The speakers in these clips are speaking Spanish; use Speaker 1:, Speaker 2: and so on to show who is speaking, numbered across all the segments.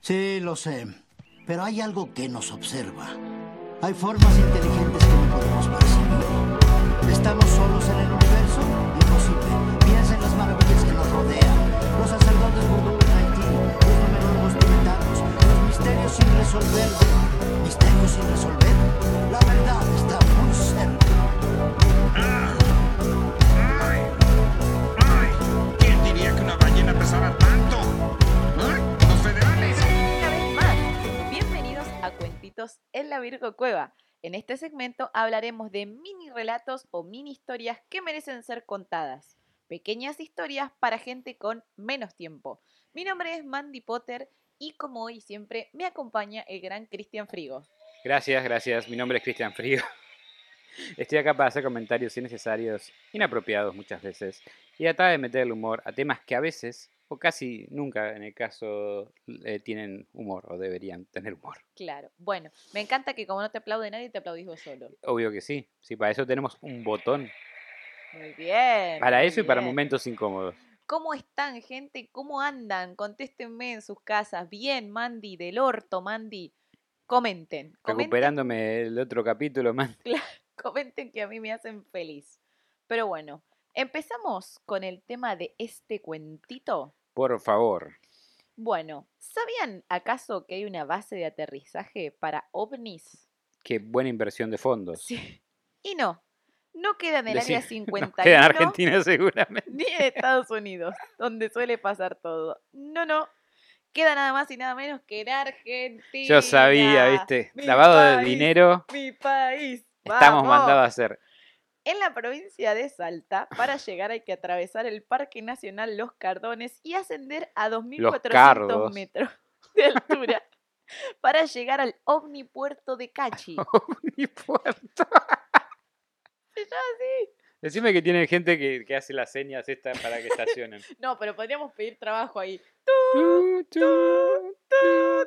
Speaker 1: Sí, lo sé. Pero hay algo que nos observa. Hay formas inteligentes que no podemos percibir. Estamos solos en el universo? Imposible. Piensa en las maravillas que nos rodean. Los sacerdotes vudú en Haití, los numerólogos tibetanos, los misterios sin resolver. ¿Misterios sin resolver? La verdad está muy cerca.
Speaker 2: ¡Ay! ¡Ay! ¿Quién diría que una ballena pesaba tanto? ¡Ay! ¡Los federales!
Speaker 3: Una vez más, bienvenidos a Cuentitos en la Virgo Cueva. En este segmento hablaremos de mini relatos o mini historias que merecen ser contadas. Pequeñas historias para gente con menos tiempo. Mi nombre es Mandy Potter y como hoy siempre me acompaña el gran Cristian Frigo.
Speaker 4: Gracias, gracias. Mi nombre es Cristian Frío. Estoy acá para hacer comentarios innecesarios, inapropiados muchas veces, y tratar de meter el humor a temas que a veces, o casi nunca en el caso, eh, tienen humor o deberían tener humor.
Speaker 3: Claro. Bueno, me encanta que como no te aplaude nadie, te aplaudís vos solo.
Speaker 4: Obvio que sí, sí, para eso tenemos un botón.
Speaker 3: Muy bien.
Speaker 4: Para
Speaker 3: muy
Speaker 4: eso y para
Speaker 3: bien.
Speaker 4: momentos incómodos.
Speaker 3: ¿Cómo están, gente? ¿Cómo andan? Contéstenme en sus casas. Bien, Mandy, del orto, Mandy. Comenten. Comenten
Speaker 4: Recuperándome el otro capítulo, man.
Speaker 3: comenten que a mí me hacen feliz. Pero bueno, empezamos con el tema de este cuentito.
Speaker 4: Por favor.
Speaker 3: Bueno, ¿sabían acaso que hay una base de aterrizaje para ovnis?
Speaker 4: Qué buena inversión de fondos.
Speaker 3: Sí. Y no, Pues. no queda en el
Speaker 4: Decí-
Speaker 3: área
Speaker 4: Nos
Speaker 3: 51
Speaker 4: queda en Argentina seguramente.
Speaker 3: ni en Estados Unidos, donde suele pasar todo. No, no. Queda nada más y nada menos que en Argentina.
Speaker 4: Yo sabía, viste.
Speaker 3: mi
Speaker 4: Lavado de
Speaker 3: país.
Speaker 4: dinero.
Speaker 3: Mi país.
Speaker 4: Estamos
Speaker 3: ¡Vamos!
Speaker 4: mandados a hacer.
Speaker 3: En la provincia de Salta, para llegar hay que atravesar el Parque Nacional Los Cardones y ascender a
Speaker 4: Cardos.
Speaker 3: 2.400 metros de altura para llegar al omnipuerto de Cachi.
Speaker 4: Mi puerta.
Speaker 3: Se llama así.
Speaker 4: Decime que tienen gente que, que hace las señas estas para que estacionen.
Speaker 3: No, pero podríamos pedir trabajo ahí.
Speaker 4: no,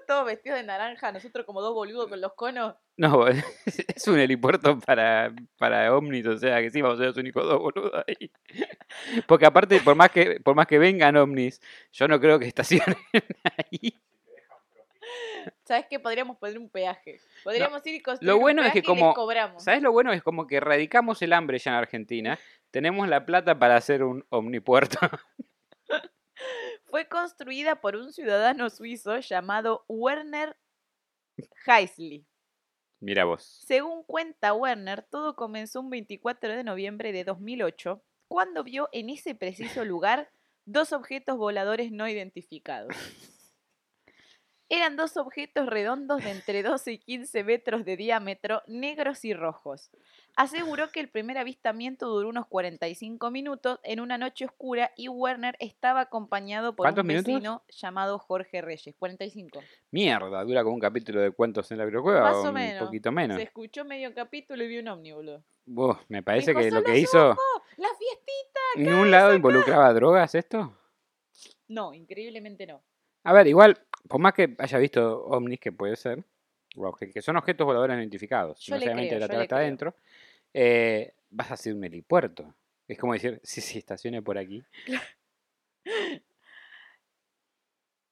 Speaker 3: Todos vestidos de naranja, nosotros como dos boludos con los conos.
Speaker 4: es un helipuerto para, para ovnis, o sea que sí, vamos a ser los únicos dos boludos ahí. Porque aparte, por más que, por más que vengan ovnis, yo no creo que estacionen ahí.
Speaker 3: ¿Sabes qué? Podríamos poner un peaje. Podríamos ir y construir
Speaker 4: Lo bueno
Speaker 3: un
Speaker 4: es que
Speaker 3: peaje y les
Speaker 4: como-
Speaker 3: cobramos.
Speaker 4: ¿Sabes lo bueno? Es como que erradicamos el hambre ya en Argentina. Tenemos la plata para hacer un omnipuerto.
Speaker 3: Fue construida por un ciudadano suizo llamado Werner Heisley.
Speaker 4: Mira vos.
Speaker 3: Según cuenta Werner, todo comenzó un 24 de noviembre de 2008, cuando vio en ese preciso lugar dos objetos voladores no identificados. Eran dos objetos redondos de entre 12 y 15 metros de diámetro, negros y rojos. Aseguró que el primer avistamiento duró unos 45 minutos en una noche oscura y Werner estaba acompañado por
Speaker 4: ¿Cuántos
Speaker 3: un
Speaker 4: minutos?
Speaker 3: vecino llamado Jorge Reyes. 45.
Speaker 4: Mierda, dura como un capítulo de cuentos en la Birocueva.
Speaker 3: Más o
Speaker 4: un
Speaker 3: menos.
Speaker 4: poquito menos.
Speaker 3: Se escuchó medio capítulo y vio un ómnibus. boludo.
Speaker 4: Buah, me parece
Speaker 3: Dijo,
Speaker 4: que lo
Speaker 3: "Son
Speaker 4: que
Speaker 3: los
Speaker 4: hizo.
Speaker 3: ¡Oh, ¡La fiestita!
Speaker 4: ¿Ningún lado involucraba drogas esto?
Speaker 3: No, increíblemente no.
Speaker 4: A ver, igual, por más que haya visto ovnis, que puede ser, o obje- que son objetos voladores no identificados,
Speaker 3: Yo
Speaker 4: no
Speaker 3: le
Speaker 4: solamente
Speaker 3: creo,
Speaker 4: la
Speaker 3: yo
Speaker 4: Tierra
Speaker 3: le
Speaker 4: está
Speaker 3: creo.
Speaker 4: adentro, eh, vas a hacer un helipuerto. Es como decir, sí, sí, estacione por aquí.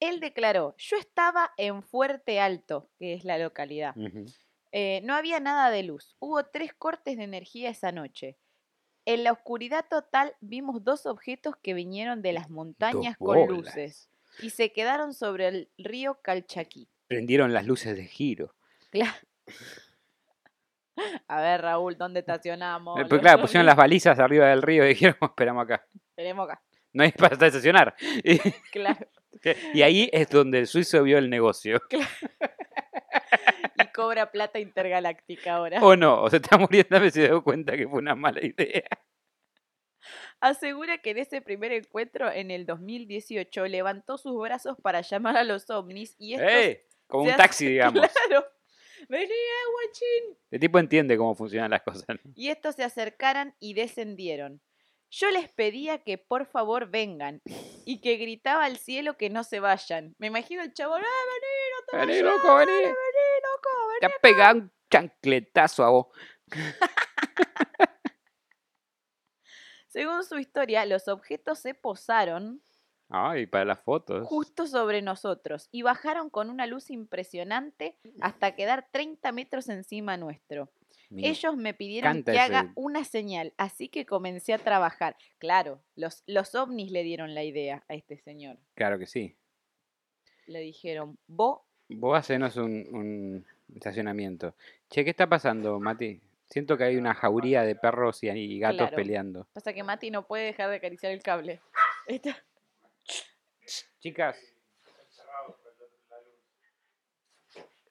Speaker 3: Él declaró, yo estaba en Fuerte Alto, que es la localidad.
Speaker 4: Ujú.
Speaker 3: Eh, no había nada de luz. Hubo tres cortes de energía esa noche. En la oscuridad total vimos dos objetos que vinieron de las montañas con
Speaker 4: bolas.
Speaker 3: luces y se quedaron sobre el río Calchaquí.
Speaker 4: Prendieron las luces de giro.
Speaker 3: A ver, Raúl, ¿dónde estacionamos?
Speaker 4: Eh,
Speaker 3: Los
Speaker 4: pues claro,
Speaker 3: ovnis.
Speaker 4: pusieron las balizas arriba del río y dijeron, esperamos acá.
Speaker 3: Tenemos acá.
Speaker 4: No hay para estacionar. Y,
Speaker 3: Claro.
Speaker 4: y ahí es donde el suizo vio el negocio.
Speaker 3: Y cobra plata intergaláctica ahora.
Speaker 4: O no, o se está muriendo y se dio cuenta que fue una mala idea.
Speaker 3: asegura que en ese primer encuentro en el 2018 levantó sus brazos para llamar a los ovnis y estos
Speaker 4: ¡Eh! Como
Speaker 3: se
Speaker 4: un
Speaker 3: hace-
Speaker 4: taxi, digamos.
Speaker 3: claro, "Vení, eh, guachín",
Speaker 4: El tipo entiende cómo funcionan las cosas. ¿no?
Speaker 3: y estos se acercaran y descendieron. Yo les pedía que por favor vengan y que gritaba al cielo que no se vayan. Me imagino el chabón, "Eh, vení, no te
Speaker 4: Vení,
Speaker 3: vayas,
Speaker 4: loco, vení.
Speaker 3: vení, loco, vení".
Speaker 4: Te ha pegado un chancletazo a vos.
Speaker 3: Según su historia, los objetos se posaron
Speaker 4: Ay, para las fotos.
Speaker 3: justo sobre nosotros y bajaron con una luz impresionante hasta quedar 30 metros encima nuestro.
Speaker 4: Mira.
Speaker 3: Ellos me pidieron
Speaker 4: encanta
Speaker 3: que haga
Speaker 4: ese-
Speaker 3: una señal, así que comencé a trabajar. Claro, los, los ovnis le dieron la idea a este señor.
Speaker 4: Claro que sí.
Speaker 3: Le dijeron, vos,
Speaker 4: Vos hacenos un, un estacionamiento. Che, ¿qué está pasando, Mati? Siento que hay una jauría de perros y, y gatos
Speaker 3: Claro.
Speaker 4: peleando.
Speaker 3: pasa que Mati no puede dejar de acariciar el cable. Está-
Speaker 4: Chicas.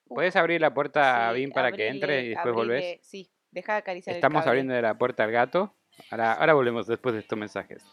Speaker 4: ¿Puedes abrir la puerta a
Speaker 3: Sí,
Speaker 4: Bim Ah, para que
Speaker 3: abrile,
Speaker 4: entre y después
Speaker 3: abrile.
Speaker 4: volvés?
Speaker 3: Sí, deja de acariciar el
Speaker 4: Estamos
Speaker 3: cable.
Speaker 4: abriendo la puerta al gato. Ahora, ahora volvemos después de estos mensajes.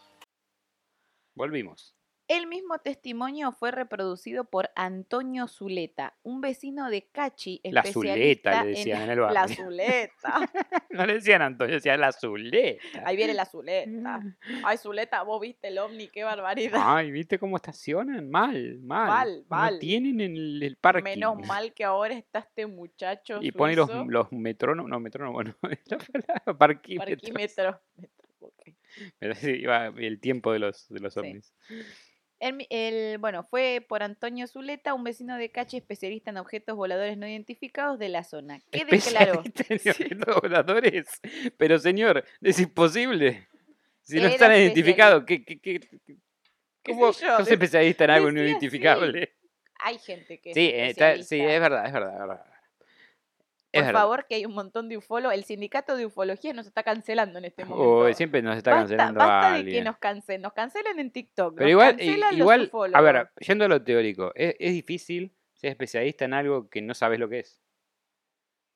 Speaker 4: Volvimos.
Speaker 3: El mismo testimonio fue reproducido por Antonio Zuleta, un vecino de Cachi,
Speaker 4: La
Speaker 3: especialista
Speaker 4: Zuleta, le decían en el barrio.
Speaker 3: La Zuleta.
Speaker 4: No le decían Antonio, decían la Zuleta.
Speaker 3: Ahí viene la Zuleta. Ay, Zuleta, vos viste el ovni, qué barbaridad.
Speaker 4: Ay, ¿viste cómo estacionan? Mal, mal.
Speaker 3: Mal,
Speaker 4: No
Speaker 3: mal.
Speaker 4: tienen en el, el parking.
Speaker 3: Menos mal que ahora está este muchacho
Speaker 4: Y pone los,
Speaker 3: suizo.
Speaker 4: los metrónomos, no, metrónomos, no, la palabra, parquímetros.
Speaker 3: Parquímetro. Metro, ok.
Speaker 4: Pero sí, iba el tiempo de los, de los
Speaker 3: Sí.
Speaker 4: ovnis.
Speaker 3: El, mi- el- bueno, fue por Antonio Zuleta, un vecino de Cachi especialista en objetos voladores no identificados de la zona, que declaró,
Speaker 4: Especialista en objetos este voladores. Pero señor, es imposible. Si no
Speaker 3: Era
Speaker 4: están identificados, ¿qué, qué, qué, qué-
Speaker 3: ¿Qué
Speaker 4: cómo
Speaker 3: sé yo?
Speaker 4: sos
Speaker 3: De-
Speaker 4: especialista en algo no
Speaker 3: decía así.
Speaker 4: identificable?
Speaker 3: hay gente que... es
Speaker 4: Sí, eh, está- sí,
Speaker 3: especialista".
Speaker 4: es verdad, es verdad. es verdad. Es
Speaker 3: Por
Speaker 4: verdad.
Speaker 3: favor, que hay un montón de ufólogos. El sindicato de ufología nos está cancelando en este momento.
Speaker 4: Uy, siempre nos está
Speaker 3: basta,
Speaker 4: cancelando
Speaker 3: basta
Speaker 4: a
Speaker 3: de que
Speaker 4: alguien.
Speaker 3: nos cancelen. Nos cancelan en TikTok.
Speaker 4: Pero
Speaker 3: nos
Speaker 4: igual, i-
Speaker 3: cancelan los
Speaker 4: igual a
Speaker 3: ufólogos.
Speaker 4: ver, yendo a lo teórico, es, es difícil ser especialista en algo que no sabes lo que es.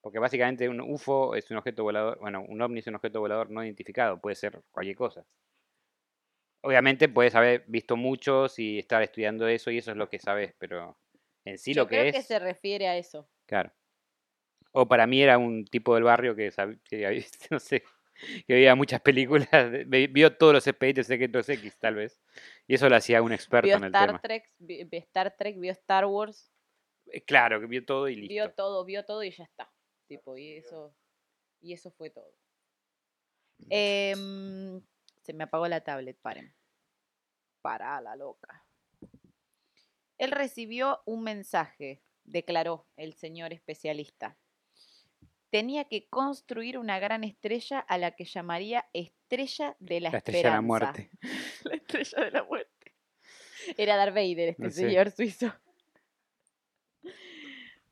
Speaker 4: Porque básicamente un UFO es un objeto volador, bueno, un ovni es un objeto volador no identificado, puede ser cualquier cosa. Obviamente puedes haber visto muchos y estar estudiando eso y eso es lo que sabes, pero en sí
Speaker 3: Yo
Speaker 4: lo que
Speaker 3: creo
Speaker 4: es,
Speaker 3: que se refiere a eso.
Speaker 4: claro. O para mí era un tipo del barrio que, sab- que había- no sé, que veía muchas películas, de- ve- vio todos los expedientes secretos X tal vez, y eso lo hacía un experto
Speaker 3: Vio
Speaker 4: en el
Speaker 3: Star
Speaker 4: tema.
Speaker 3: Trek, vi- vi Star Trek, vio Star Wars,
Speaker 4: Eh, Claro, que vio todo y listo.
Speaker 3: vio todo, vio todo y ya está. Tipo, y eso, y eso fue todo. Em, se me apagó la tablet, paren. Pará, la loca. Él recibió un mensaje, declaró el señor especialista. Tenía que construir una gran estrella a la que llamaría estrella de la,
Speaker 4: la estrella de la
Speaker 3: Esperanza.
Speaker 4: muerte.
Speaker 3: La estrella de la muerte. Era Darth Vader, este
Speaker 4: No sé.
Speaker 3: señor suizo.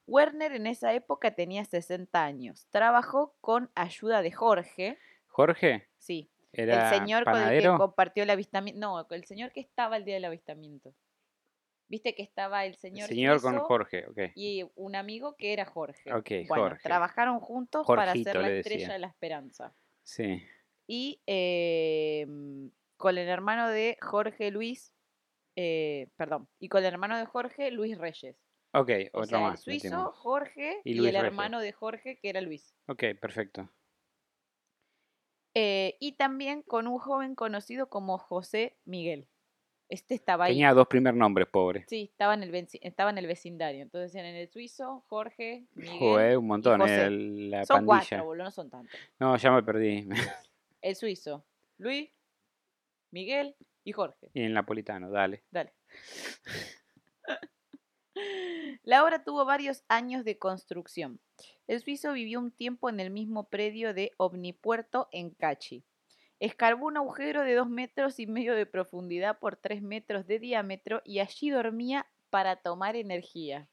Speaker 3: Werner en esa época tenía 60 años. Trabajó con ayuda de Jorge.
Speaker 4: Jorge
Speaker 3: Sí,
Speaker 4: era
Speaker 3: el señor con el que
Speaker 4: panadero.
Speaker 3: compartió el avistamiento. No, el señor que estaba el día del avistamiento. Viste que estaba el
Speaker 4: El
Speaker 3: señor.
Speaker 4: señor con
Speaker 3: suizo
Speaker 4: Jorge, ok.
Speaker 3: Y un amigo que era Jorge.
Speaker 4: Ok,
Speaker 3: bueno,
Speaker 4: Jorge.
Speaker 3: trabajaron juntos para hacer
Speaker 4: Jorgito,
Speaker 3: la
Speaker 4: le
Speaker 3: estrella
Speaker 4: decía.
Speaker 3: de la esperanza.
Speaker 4: Sí.
Speaker 3: y eh, mm, con el hermano de Jorge Luis, eh, perdón, y con el hermano de Jorge Luis Reyes.
Speaker 4: Ok,
Speaker 3: O
Speaker 4: otro
Speaker 3: sea, el
Speaker 4: Oh, más.
Speaker 3: suizo,
Speaker 4: metimos.
Speaker 3: Jorge
Speaker 4: Y
Speaker 3: y,
Speaker 4: Luis
Speaker 3: el
Speaker 4: Reyes.
Speaker 3: hermano de Jorge que era Luis.
Speaker 4: Ok, perfecto.
Speaker 3: Eh, y también con un joven conocido como José Miguel. Este estaba ahí.
Speaker 4: Tenía dos primer nombres, pobre.
Speaker 3: Sí, estaba en, el venci- estaba en el vecindario. Entonces eran el suizo, Jorge, Miguel.
Speaker 4: Joder, un montón,
Speaker 3: José.
Speaker 4: era el- la
Speaker 3: son
Speaker 4: pandilla.
Speaker 3: cuatro, boludo, no son tantos.
Speaker 4: No, ya me perdí.
Speaker 3: El suizo, Luis, Miguel y Jorge.
Speaker 4: y en napolitano, dale.
Speaker 3: Dale. La obra tuvo varios años de construcción. El suizo vivió un tiempo en el mismo predio de Omnipuerto en Cachi. Escarbó un agujero de dos metros y medio de profundidad por tres metros de diámetro y allí dormía para tomar energía.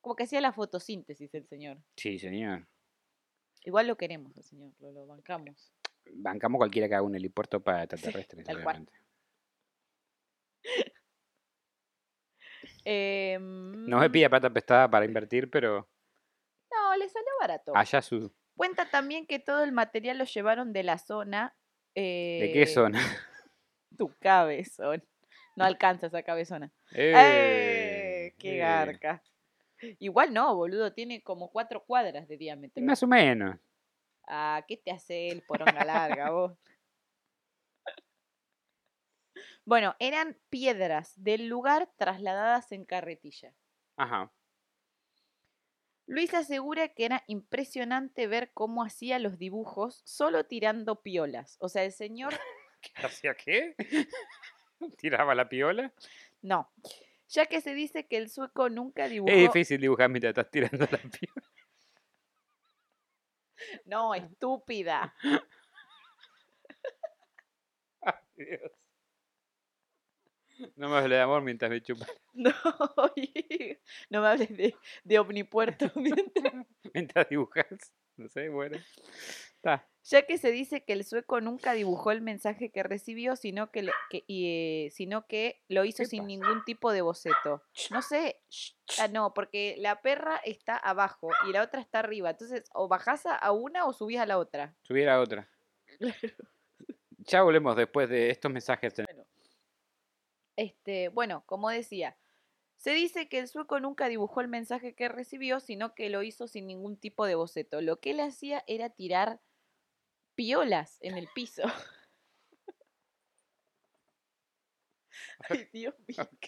Speaker 3: Como que hacía la fotosíntesis el señor.
Speaker 4: Sí, señor.
Speaker 3: Igual lo queremos al señor, lo, lo bancamos.
Speaker 4: Bancamos cualquiera que haga un helipuerto para extraterrestres.
Speaker 3: tal cual.
Speaker 4: obviamente.
Speaker 3: Em,
Speaker 4: No me pida plata prestada para invertir, pero
Speaker 3: No, le salió barato.
Speaker 4: allá su...
Speaker 3: Cuenta también que todo el material lo llevaron de la zona.
Speaker 4: ¿De qué
Speaker 3: eh,
Speaker 4: son?
Speaker 3: Tu cabezón. No alcanza esa cabezona. ¡Eh!
Speaker 4: ¡Eh!
Speaker 3: ¡Qué
Speaker 4: Eh.
Speaker 3: garca! Igual no, boludo, tiene como cuatro cuadras de diámetro.
Speaker 4: Más o menos.
Speaker 3: Ah, ¿qué te hace el poronga larga vos? Bueno, eran piedras del lugar trasladadas en carretilla.
Speaker 4: Ajá.
Speaker 3: Luis asegura que era impresionante ver cómo hacía los dibujos solo tirando piolas. O sea, el señor
Speaker 4: ¿Hacía qué? ¿Tiraba la piola?
Speaker 3: No. Ya que se dice que el sueco nunca dibujó.
Speaker 4: Es difícil dibujar mientras estás tirando la piola.
Speaker 3: No, estúpida.
Speaker 4: Dios. No me hable de amor mientras me chupa.
Speaker 3: No, oye, no me hables de, de omnipuerto. mientras-
Speaker 4: Mientras dibujas. No sé, bueno. Está.
Speaker 3: Ya que se dice que el sueco nunca dibujó el mensaje que recibió, sino que, le- que- y, eh, sino que lo hizo
Speaker 4: ¿Qué
Speaker 3: sin
Speaker 4: pasa?
Speaker 3: ningún tipo de boceto. No sé, ah, no, porque la perra está abajo y la otra está arriba. Entonces, o bajás a- a una o subís a la otra.
Speaker 4: Subiera otra. Ya volvemos después de estos mensajes.
Speaker 3: Este, bueno, como decía, se dice que el sueco nunca dibujó el mensaje que recibió, sino que lo hizo sin ningún tipo de boceto. Lo que él hacía era tirar piolas en el piso. Ay, Dios mío.
Speaker 4: Ok.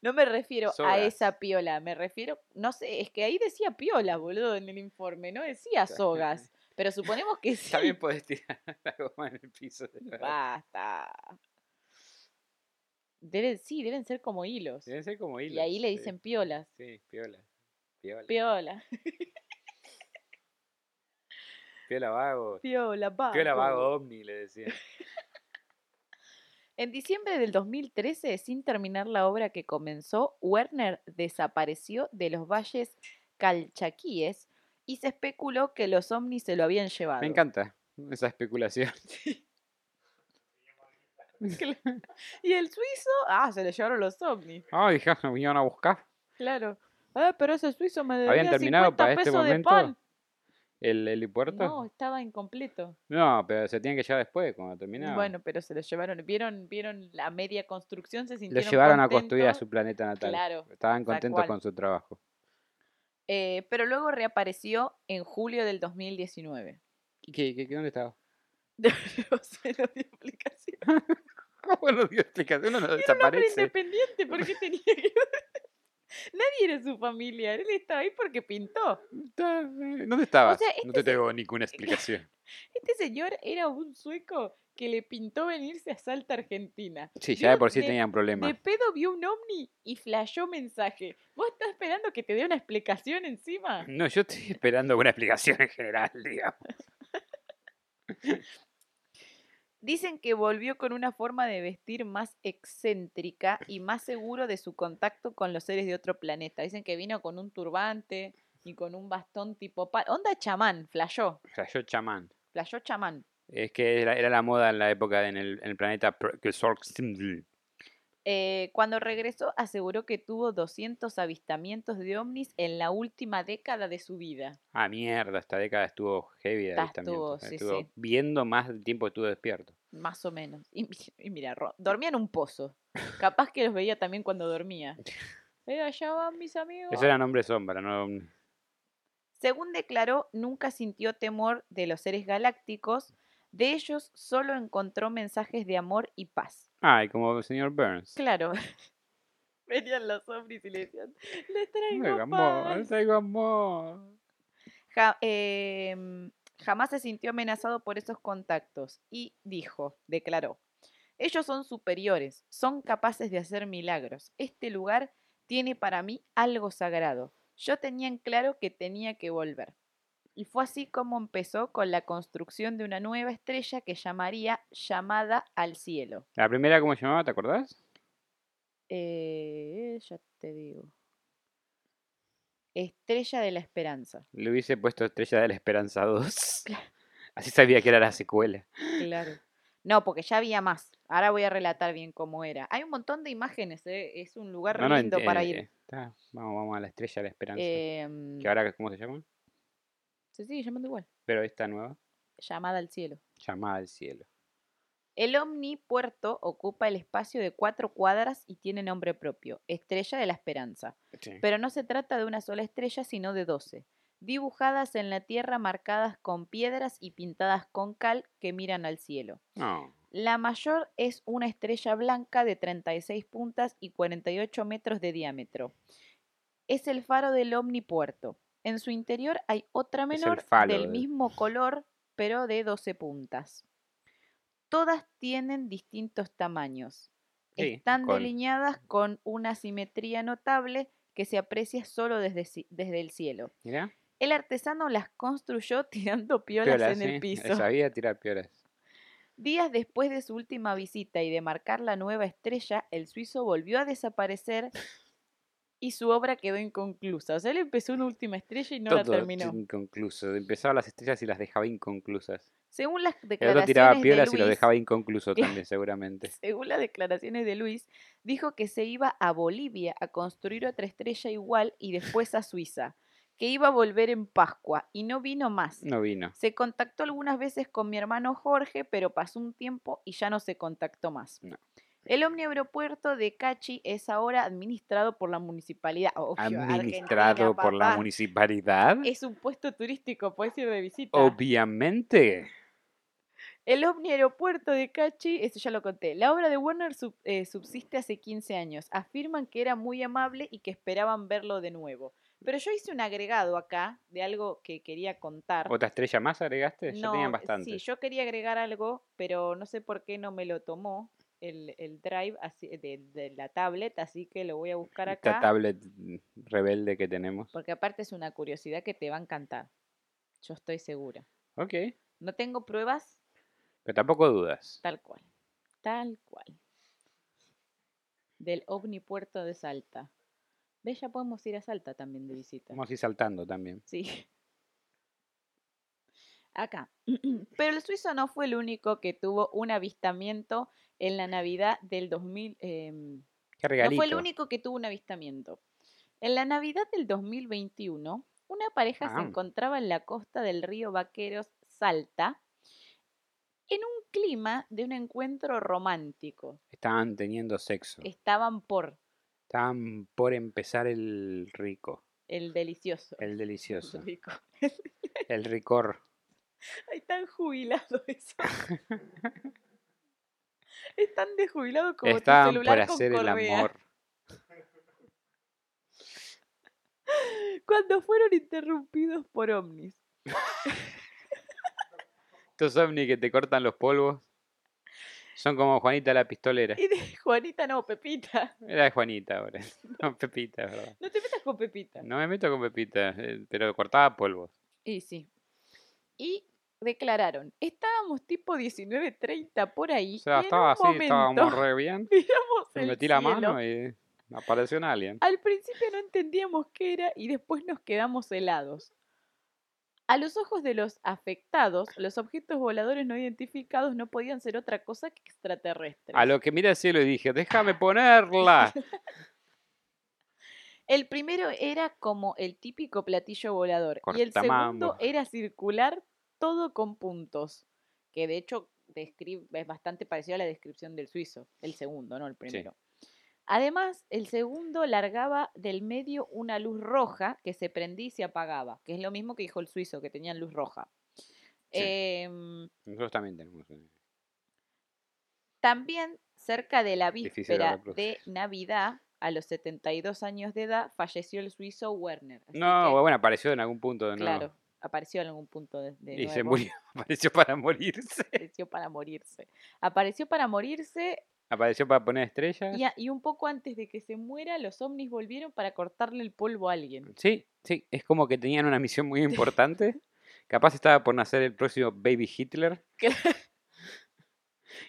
Speaker 3: No me refiero a
Speaker 4: Soga.
Speaker 3: esa piola, me refiero, no sé, es que ahí decía piola, boludo, en el informe, no decía sogas, pero suponemos que sí.
Speaker 4: También podés tirar la goma en el piso. de la-
Speaker 3: Basta. Deben, sí, deben ser como hilos.
Speaker 4: Deben ser como hilos.
Speaker 3: Y ahí le
Speaker 4: sí.
Speaker 3: dicen piolas.
Speaker 4: Sí, piola. Piola.
Speaker 3: Piola,
Speaker 4: Piola vago.
Speaker 3: piola, va.
Speaker 4: Piola
Speaker 3: va.
Speaker 4: vago ovni, le decían.
Speaker 3: En diciembre del 2013, sin terminar la obra que comenzó, Werner desapareció de los valles calchaquíes y se especuló que los ovnis se lo habían llevado.
Speaker 4: Me encanta esa especulación.
Speaker 3: Y el suizo, ah, se le llevaron los ovnis,
Speaker 4: Ah, dije, me vinieron a buscar.
Speaker 3: claro. Ah, pero ese suizo me debía
Speaker 4: ¿Habían terminado
Speaker 3: 50
Speaker 4: para este
Speaker 3: pesos de
Speaker 4: momento
Speaker 3: pan.
Speaker 4: el helipuerto?
Speaker 3: No, estaba incompleto.
Speaker 4: No, pero se tienen que llevar después, cuando terminaba.
Speaker 3: Bueno, pero se lo llevaron, vieron, vieron la media construcción, se
Speaker 4: Lo
Speaker 3: sintieron
Speaker 4: llevaron a construir a
Speaker 3: contentos.
Speaker 4: su planeta natal.
Speaker 3: Claro.
Speaker 4: Estaban
Speaker 3: tal
Speaker 4: contentos
Speaker 3: cual.
Speaker 4: con su trabajo.
Speaker 3: Eh, pero luego reapareció en julio del 2019.
Speaker 4: ¿Y qué, qué, qué- dónde estaba?
Speaker 3: no sé, no dio explicación.
Speaker 4: ¿Cómo no dio explicación? Uno no
Speaker 3: Era un hombre
Speaker 4: desaparece.
Speaker 3: independiente, ¿por qué tenía que...? Nadie era su familia, él estaba ahí porque pintó.
Speaker 4: Está- eh, ¿Dónde estabas?
Speaker 3: sea,
Speaker 4: no
Speaker 3: este
Speaker 4: te tengo ninguna explicación.
Speaker 3: Este señor era un sueco que le pintó venirse a Salta, Argentina.
Speaker 4: Sí, ya de
Speaker 3: Vio
Speaker 4: por sí
Speaker 3: de-
Speaker 4: tenían problemas.
Speaker 3: De pedo vio un ovni y flashó mensaje. ¿Vos estás esperando que te dé una explicación encima?
Speaker 4: No, yo estoy esperando una explicación en general, digamos.
Speaker 3: Dicen que volvió con una forma de vestir más excéntrica y más seguro de su contacto con los seres de otro planeta. Dicen que vino con un turbante y con un bastón tipo... pa- Onda chamán, flayó,
Speaker 4: O sea, yo chamán.
Speaker 3: flayó chamán.
Speaker 4: Es que era, era la moda en la época de- en el, en el planeta Pr- que Sork-
Speaker 3: Eh, cuando regresó aseguró que tuvo 200 avistamientos de ovnis en la última década de su vida.
Speaker 4: Ah, mierda, esta década estuvo heavy de
Speaker 3: Ta,
Speaker 4: avistamientos.
Speaker 3: estuvo, sí,
Speaker 4: Estuvo
Speaker 3: sí.
Speaker 4: viendo más del tiempo que estuve despierto.
Speaker 3: Más o menos. Y, mi- y mira, ro- dormía en un pozo. Capaz que los veía también cuando dormía. Eh, allá van mis amigos.
Speaker 4: Eso era nombre sombra, no un-
Speaker 3: Según declaró, nunca sintió temor de los seres galácticos. De ellos solo encontró mensajes de amor y paz.
Speaker 4: Ay, como el señor Burns.
Speaker 3: Claro. Venían los ovnis y le decían, le
Speaker 4: Traigo
Speaker 3: traigo
Speaker 4: amor,
Speaker 3: paz.
Speaker 4: traigo amor.
Speaker 3: Ja- em, jamás se sintió amenazado por esos contactos y dijo, declaró, ellos son superiores, son capaces de hacer milagros. Este lugar tiene para mí algo sagrado. Yo tenía en claro que tenía que volver. Y fue así como empezó con la construcción de una nueva estrella que llamaría llamada al cielo.
Speaker 4: La primera, ¿cómo se llamaba? ¿Te acordás?
Speaker 3: Eh, ya te digo. Estrella de la esperanza.
Speaker 4: Le hubiese puesto Estrella de la Esperanza 2. Así sabía que era la secuela.
Speaker 3: Claro. No, porque ya había más. Ahora voy a relatar bien cómo era. Hay un montón de imágenes, ¿eh? es un lugar
Speaker 4: No, no,
Speaker 3: lindo
Speaker 4: ent-
Speaker 3: para
Speaker 4: eh,
Speaker 3: ir.
Speaker 4: eh, está. Vamos, vamos a la Estrella de la Esperanza.
Speaker 3: Em,
Speaker 4: Que ahora, ¿cómo se llama?
Speaker 3: se sigue llamando igual.
Speaker 4: Pero esta nueva,
Speaker 3: Llamada al cielo.
Speaker 4: llamada al cielo.
Speaker 3: El omnipuerto ocupa el espacio de cuatro cuadras y tiene nombre propio, Estrella de la Esperanza.
Speaker 4: Sí.
Speaker 3: Pero no se trata de una sola estrella, sino de doce, dibujadas en la tierra marcadas con piedras y pintadas con cal que miran al cielo.
Speaker 4: No.
Speaker 3: La mayor es una estrella blanca de 36 puntas y 48 metros de diámetro. Es el faro del omnipuerto. En su interior hay otra
Speaker 4: Es el
Speaker 3: menor
Speaker 4: falo
Speaker 3: del
Speaker 4: del-
Speaker 3: mismo color, pero de 12 puntas. Todas tienen distintos tamaños.
Speaker 4: Sí,
Speaker 3: Están
Speaker 4: con-
Speaker 3: delineadas con una simetría notable que se aprecia solo desde, ci- desde el cielo.
Speaker 4: Mirá.
Speaker 3: El artesano las construyó tirando piolas,
Speaker 4: Piolas, ¿eh?
Speaker 3: en
Speaker 4: sí,
Speaker 3: el piso.
Speaker 4: Sabía tirar piolas.
Speaker 3: Días después de su última visita y de marcar la nueva estrella, el suizo volvió a desaparecer y su obra quedó inconclusa. O sea, él empezó una última estrella y no la
Speaker 4: Todo
Speaker 3: terminó.
Speaker 4: inconcluso. Empezaba las estrellas y las dejaba inconclusas.
Speaker 3: Según las
Speaker 4: El otro
Speaker 3: declaraciones
Speaker 4: tiraba
Speaker 3: de
Speaker 4: piolas y lo
Speaker 3: Luis-
Speaker 4: dejaba inconcluso
Speaker 3: Claro.
Speaker 4: también, seguramente.
Speaker 3: Según las declaraciones de Luis, dijo que se iba a Bolivia a construir otra estrella igual y después a Suiza, que iba a volver en Pascua y no vino más.
Speaker 4: No vino.
Speaker 3: Se contactó algunas veces con mi hermano Jorge, pero pasó un tiempo y ya no se contactó más.
Speaker 4: No.
Speaker 3: El omniaeropuerto de Cachi es ahora administrado por la municipalidad. Obvio,
Speaker 4: Administrado
Speaker 3: Argentina,
Speaker 4: por la
Speaker 3: papá.
Speaker 4: municipalidad.
Speaker 3: Es un puesto turístico, puedes ir de visita.
Speaker 4: Obviamente.
Speaker 3: El ovni aeropuerto de Cachi, eso ya lo conté. La obra de Warner sub- eh, subsiste hace 15 años. Afirman que era muy amable y que esperaban verlo de nuevo. Pero yo hice un agregado acá de algo que quería contar.
Speaker 4: ¿Otra estrella más agregaste? Ya tenían bastante.
Speaker 3: Sí, yo quería agregar algo, pero no sé por qué no me lo tomó el, el drive así, de, de la tablet, así que lo voy a buscar
Speaker 4: Esta
Speaker 3: acá.
Speaker 4: tablet rebelde que tenemos.
Speaker 3: Porque aparte es una curiosidad que te va a encantar. Yo estoy segura.
Speaker 4: Ok.
Speaker 3: No tengo pruebas,
Speaker 4: Pero tampoco dudas.
Speaker 3: Tal cual. Tal cual. Del omnipuerto de Salta. Ve, ya podemos ir a Salta también de visita.
Speaker 4: Vamos a ir saltando también.
Speaker 3: Sí. Acá. Pero el suizo no fue el único que tuvo un avistamiento en la Navidad del 2000. em,
Speaker 4: Qué
Speaker 3: no
Speaker 4: regalito.
Speaker 3: fue el único que tuvo un avistamiento. En la Navidad del 2021, una pareja
Speaker 4: Ah.
Speaker 3: se encontraba en la costa del río Vaqueros, Salta, en un clima de un encuentro romántico.
Speaker 4: Estaban teniendo sexo.
Speaker 3: Estaban por
Speaker 4: Estaban por empezar el rico.
Speaker 3: el delicioso.
Speaker 4: El delicioso.
Speaker 3: rico.
Speaker 4: El ricor.
Speaker 3: Ay, tan jubilado eso. es tan desjubilado como tu
Speaker 4: Estaban
Speaker 3: celular
Speaker 4: por
Speaker 3: con
Speaker 4: hacer el
Speaker 3: correa.
Speaker 4: amor.
Speaker 3: Cuando fueron interrumpidos por ovnis.
Speaker 4: Estos ovnis que te cortan los polvos son como Juanita la pistolera.
Speaker 3: Y de Juanita, no, Pepita.
Speaker 4: Era de Juanita ahora. No, Pepita, es verdad.
Speaker 3: No te metas con Pepita.
Speaker 4: No me meto con Pepita, eh, pero cortaba polvos.
Speaker 3: Y sí. Y declararon, estábamos tipo 19.30 por ahí.
Speaker 4: O sea,
Speaker 3: y en
Speaker 4: estaba
Speaker 3: un
Speaker 4: así,
Speaker 3: momento
Speaker 4: estábamos re bien.
Speaker 3: miramos
Speaker 4: Me
Speaker 3: el
Speaker 4: metí la
Speaker 3: cielo.
Speaker 4: mano y apareció un alien.
Speaker 3: Al principio no entendíamos qué era y después nos quedamos helados. A los ojos de los afectados, los objetos voladores no identificados no podían ser otra cosa que extraterrestres.
Speaker 4: A lo que miré al cielo y dije, déjame ponerla.
Speaker 3: El primero era como el típico platillo volador y el
Speaker 4: Cortamambo.
Speaker 3: segundo era circular todo con puntos, que de hecho descri- es bastante parecido a la descripción del suizo, el segundo, no el primero. Además, el segundo largaba del medio una luz roja que se prendía y se apagaba, que es lo mismo que dijo el suizo, que tenían luz roja.
Speaker 4: Sí.
Speaker 3: Em,
Speaker 4: Nosotros también tenemos. un-
Speaker 3: también cerca de la
Speaker 4: Difícil de
Speaker 3: víspera de
Speaker 4: reproducir.
Speaker 3: Navidad, a los 72 años de edad, falleció el suizo Werner. así que-
Speaker 4: No, bueno, apareció en algún punto de nuevo.
Speaker 3: Claro, apareció en algún punto de, de
Speaker 4: y se
Speaker 3: nuevo,
Speaker 4: murió. Apareció para morirse.
Speaker 3: Apareció para morirse. Apareció para morirse
Speaker 4: Apareció para poner estrellas.
Speaker 3: y, a- y un poco antes de que se muera, los ovnis volvieron para cortarle el polvo a alguien.
Speaker 4: Sí, sí, es como que tenían una misión muy importante. Capaz estaba por nacer el próximo Baby Hitler.
Speaker 3: Claro.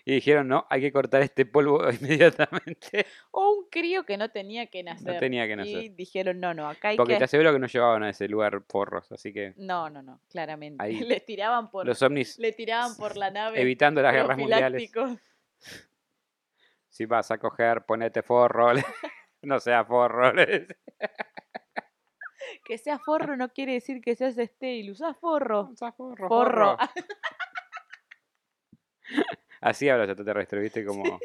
Speaker 4: Y dijeron, no, hay que cortar este polvo inmediatamente.
Speaker 3: O un crío que no tenía que nacer.
Speaker 4: No tenía que
Speaker 3: Y
Speaker 4: nacer.
Speaker 3: dijeron, no, no, acá hay
Speaker 4: Porque
Speaker 3: que...
Speaker 4: te aseguro que no llevaban a ese lugar porros, así que
Speaker 3: No, no, no, claramente.
Speaker 4: Ahí.
Speaker 3: Le tiraban por...
Speaker 4: los ovnis
Speaker 3: Le tiraban por la nave.
Speaker 4: evitando las guerras mundiales.
Speaker 3: profilácticos.
Speaker 4: Si vas a coger, ponete forro. le- No sea forro. le decía.
Speaker 3: Que sea
Speaker 4: Ah.
Speaker 3: forro no quiere decir que seas estéril. Usás forro.
Speaker 4: No sea forro,
Speaker 3: Forro.
Speaker 4: forro. Así habla los extraterrestres, ¿viste? Como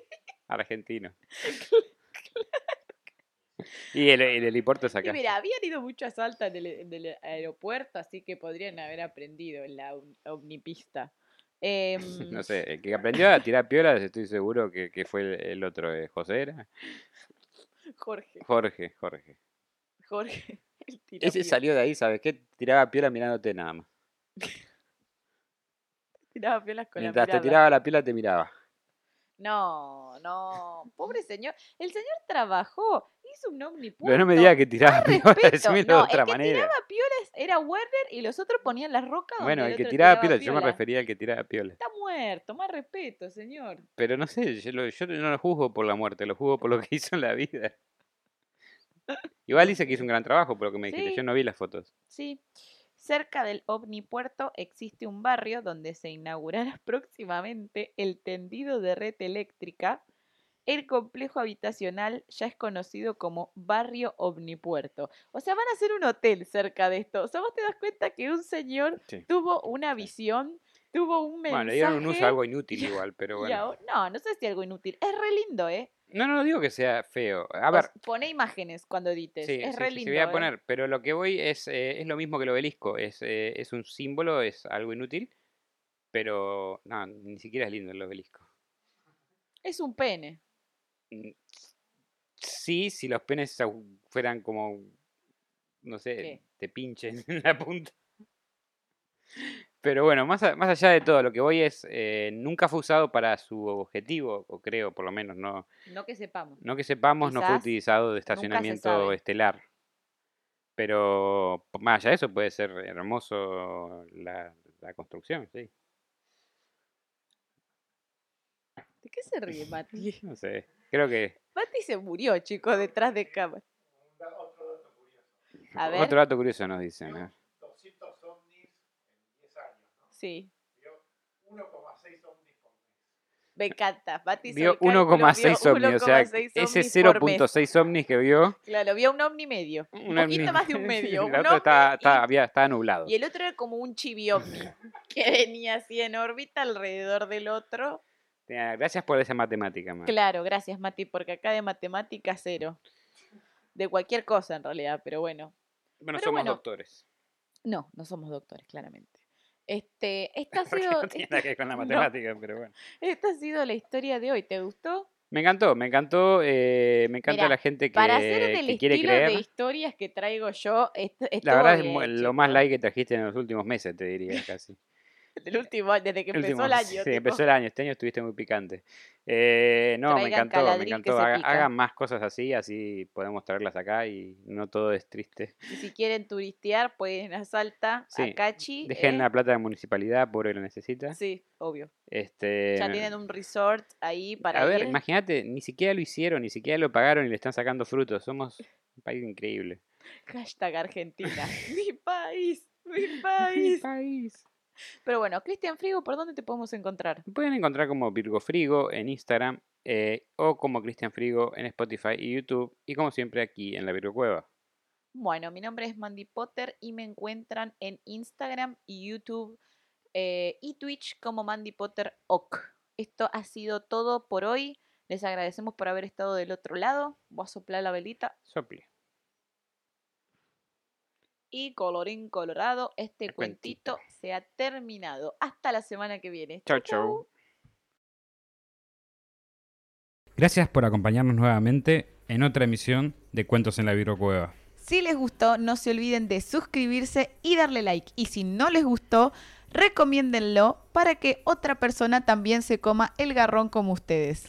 Speaker 4: argentino. Y el, el helipuerto es
Speaker 3: Y
Speaker 4: acá.
Speaker 3: mira, habían ido mucho a Salta en el, en el eh, aeropuerto, así que podrían haber aprendido en la om- omnipista. Em,
Speaker 4: No sé, el que aprendió a tirar piolas, estoy seguro que, que fue el, el otro, eh, José era.
Speaker 3: Jorge,
Speaker 4: Jorge, Jorge.
Speaker 3: Jorge, el
Speaker 4: Ese
Speaker 3: tirapiola.
Speaker 4: salió de ahí, ¿sabes qué? Tiraba piola mirándote nada más.
Speaker 3: Tiraba piolas con
Speaker 4: Mientras
Speaker 3: la
Speaker 4: te
Speaker 3: mirada.
Speaker 4: tiraba la pila, te miraba.
Speaker 3: No, no. Pobre señor. El señor trabajó, hizo un omnipunto.
Speaker 4: Pero no me digas que tiraba
Speaker 3: Más
Speaker 4: piola,
Speaker 3: respeto.
Speaker 4: decímelo
Speaker 3: No,
Speaker 4: de
Speaker 3: el
Speaker 4: otra
Speaker 3: que
Speaker 4: manera.
Speaker 3: tiraba piolas era Werner y los otros ponían las rocas donde
Speaker 4: Bueno, el que
Speaker 3: otro
Speaker 4: tiraba piola, yo me
Speaker 3: piola.
Speaker 4: refería al que tiraba piola.
Speaker 3: Está muerto, más respeto, señor.
Speaker 4: Pero no sé, yo, lo- yo no lo juzgo por la muerte, lo juzgo por lo que hizo en la vida. Igual dice que hizo un gran trabajo, por lo que me dijiste,
Speaker 3: Sí.
Speaker 4: yo no vi las fotos.
Speaker 3: Sí. Cerca del Omnipuerto existe un barrio donde se inaugurará próximamente el tendido de red eléctrica. El complejo habitacional ya es conocido como Barrio Omnipuerto. O sea, van a hacer un hotel cerca de esto. O sea, vos te das cuenta que un señor
Speaker 4: Sí.
Speaker 3: tuvo una visión, tuvo un mensaje.
Speaker 4: Bueno, le dieron un uso a algo inútil igual, pero
Speaker 3: y
Speaker 4: bueno.
Speaker 3: ahora- No, no sé si algo inútil. Es re lindo, ¿eh?
Speaker 4: No, no, no digo que sea feo. A
Speaker 3: O
Speaker 4: ver,
Speaker 3: s- Pone imágenes cuando edites.
Speaker 4: Sí,
Speaker 3: es
Speaker 4: sí,
Speaker 3: re
Speaker 4: sí, sí,
Speaker 3: lindo.
Speaker 4: voy a
Speaker 3: ¿eh?
Speaker 4: poner, pero lo que voy es, eh, es lo mismo que el obelisco, es, eh, es un símbolo, es algo inútil, pero no, ni siquiera es lindo el obelisco.
Speaker 3: Es un pene.
Speaker 4: Sí, si los penes au- fueran como, no sé,
Speaker 3: ¿Qué?
Speaker 4: te pinchen en la punta. Pero bueno, más, a- más allá de todo, lo que voy es, eh, nunca fue usado para su objetivo, o creo, por lo menos, no,
Speaker 3: No que sepamos.
Speaker 4: no que sepamos, no fue
Speaker 3: Quizás
Speaker 4: utilizado
Speaker 3: se
Speaker 4: de estacionamiento
Speaker 3: sabe.
Speaker 4: estelar. Pero más allá de eso puede ser hermoso la, la construcción, sí.
Speaker 3: ¿De qué se ríe Mati?
Speaker 4: No sé. Creo que
Speaker 3: Mati se murió, chicos, detrás de cámara. A ver,
Speaker 4: otro dato curioso nos dicen. ¿eh?
Speaker 3: sí. 1,6 ovnis por mes. Me encanta. Mati hizo
Speaker 4: Vio
Speaker 3: el cálculo, vio
Speaker 4: 1,6 ovnis, o sea,
Speaker 3: 1,6
Speaker 4: ese
Speaker 3: ovnis por mes.
Speaker 4: 0.6 ovnis que vio,
Speaker 3: Claro, vio un ovni medio. Un
Speaker 4: Un
Speaker 3: poquito
Speaker 4: ovni.
Speaker 3: más de un medio.
Speaker 4: el
Speaker 3: un
Speaker 4: otro está,
Speaker 3: ovni
Speaker 4: está-
Speaker 3: y-
Speaker 4: había- estaba nublado.
Speaker 3: y el otro era como un chibi ovni que venía así en órbita alrededor del otro.
Speaker 4: Eh, Gracias por esa matemática, man.
Speaker 3: Claro, gracias Mati, porque acá de matemática cero. De cualquier cosa en realidad, pero bueno.
Speaker 4: Bueno,
Speaker 3: Pero
Speaker 4: somos
Speaker 3: bueno.
Speaker 4: doctores.
Speaker 3: No, no somos doctores, claramente. Este, esta ha
Speaker 4: Porque
Speaker 3: sido,
Speaker 4: no tiene nada que ver con la
Speaker 3: no.
Speaker 4: matemática, pero bueno.
Speaker 3: esta ha sido la historia de hoy. ¿Te gustó?
Speaker 4: Me encantó, me encantó, eh, me encanta
Speaker 3: Mirá,
Speaker 4: la gente que,
Speaker 3: Para hacer del
Speaker 4: que quiere
Speaker 3: estilo
Speaker 4: creer.
Speaker 3: de historias que traigo yo, est- estuvo
Speaker 4: La verdad es
Speaker 3: bien,
Speaker 4: mu- lo
Speaker 3: chico.
Speaker 4: más like que trajiste en los últimos meses, te diría casi.
Speaker 3: Del último, desde que
Speaker 4: El
Speaker 3: empezó
Speaker 4: último-
Speaker 3: el año.
Speaker 4: Sí,
Speaker 3: tipo.
Speaker 4: empezó el año. Este año estuviste muy picante. Eh, no, me
Speaker 3: Traigan
Speaker 4: encantó, me
Speaker 3: caladril que
Speaker 4: encantó.
Speaker 3: se
Speaker 4: Haga-
Speaker 3: pica.
Speaker 4: hagan más cosas así, así podemos traerlas acá y no todo es triste.
Speaker 3: Y si quieren turistear, pueden ir a Salta,
Speaker 4: Sí,
Speaker 3: a Cachi.
Speaker 4: Dejen
Speaker 3: eh,
Speaker 4: la plata de municipalidad, pobre lo necesita.
Speaker 3: Sí, obvio.
Speaker 4: Este,
Speaker 3: Ya tienen un resort ahí para
Speaker 4: a ver,
Speaker 3: ir.
Speaker 4: imagínate, ni siquiera lo hicieron, ni siquiera lo pagaron y le están sacando frutos. Somos un país increíble.
Speaker 3: Hashtag Argentina. mi país, mi país.
Speaker 4: país.
Speaker 3: Pero bueno, Cristian Frigo, ¿por dónde te podemos encontrar?
Speaker 4: Me pueden encontrar como Virgo Frigo en Instagram eh, o como Cristian Frigo en Spotify y YouTube y como siempre aquí en la Virgo Cueva.
Speaker 3: Bueno, mi nombre es Mandy Potter y me encuentran en Instagram y YouTube eh, y Twitch como Mandy Potter OK. Esto ha sido todo por hoy. Les agradecemos por haber estado del otro lado. Voy a soplar la velita.
Speaker 4: Sople.
Speaker 3: Y colorín colorado, este
Speaker 4: El cuentito.
Speaker 3: cuentito se ha terminado. Hasta la semana que viene.
Speaker 4: Chau,
Speaker 3: Chau,
Speaker 4: chau.
Speaker 3: chau.
Speaker 4: Gracias por acompañarnos nuevamente en otra emisión de Cuentos en la Virocueva.
Speaker 3: Si les gustó, no se olviden de suscribirse y darle like. Y si no les gustó, recomiéndenlo para que otra persona también se coma el garrón como ustedes.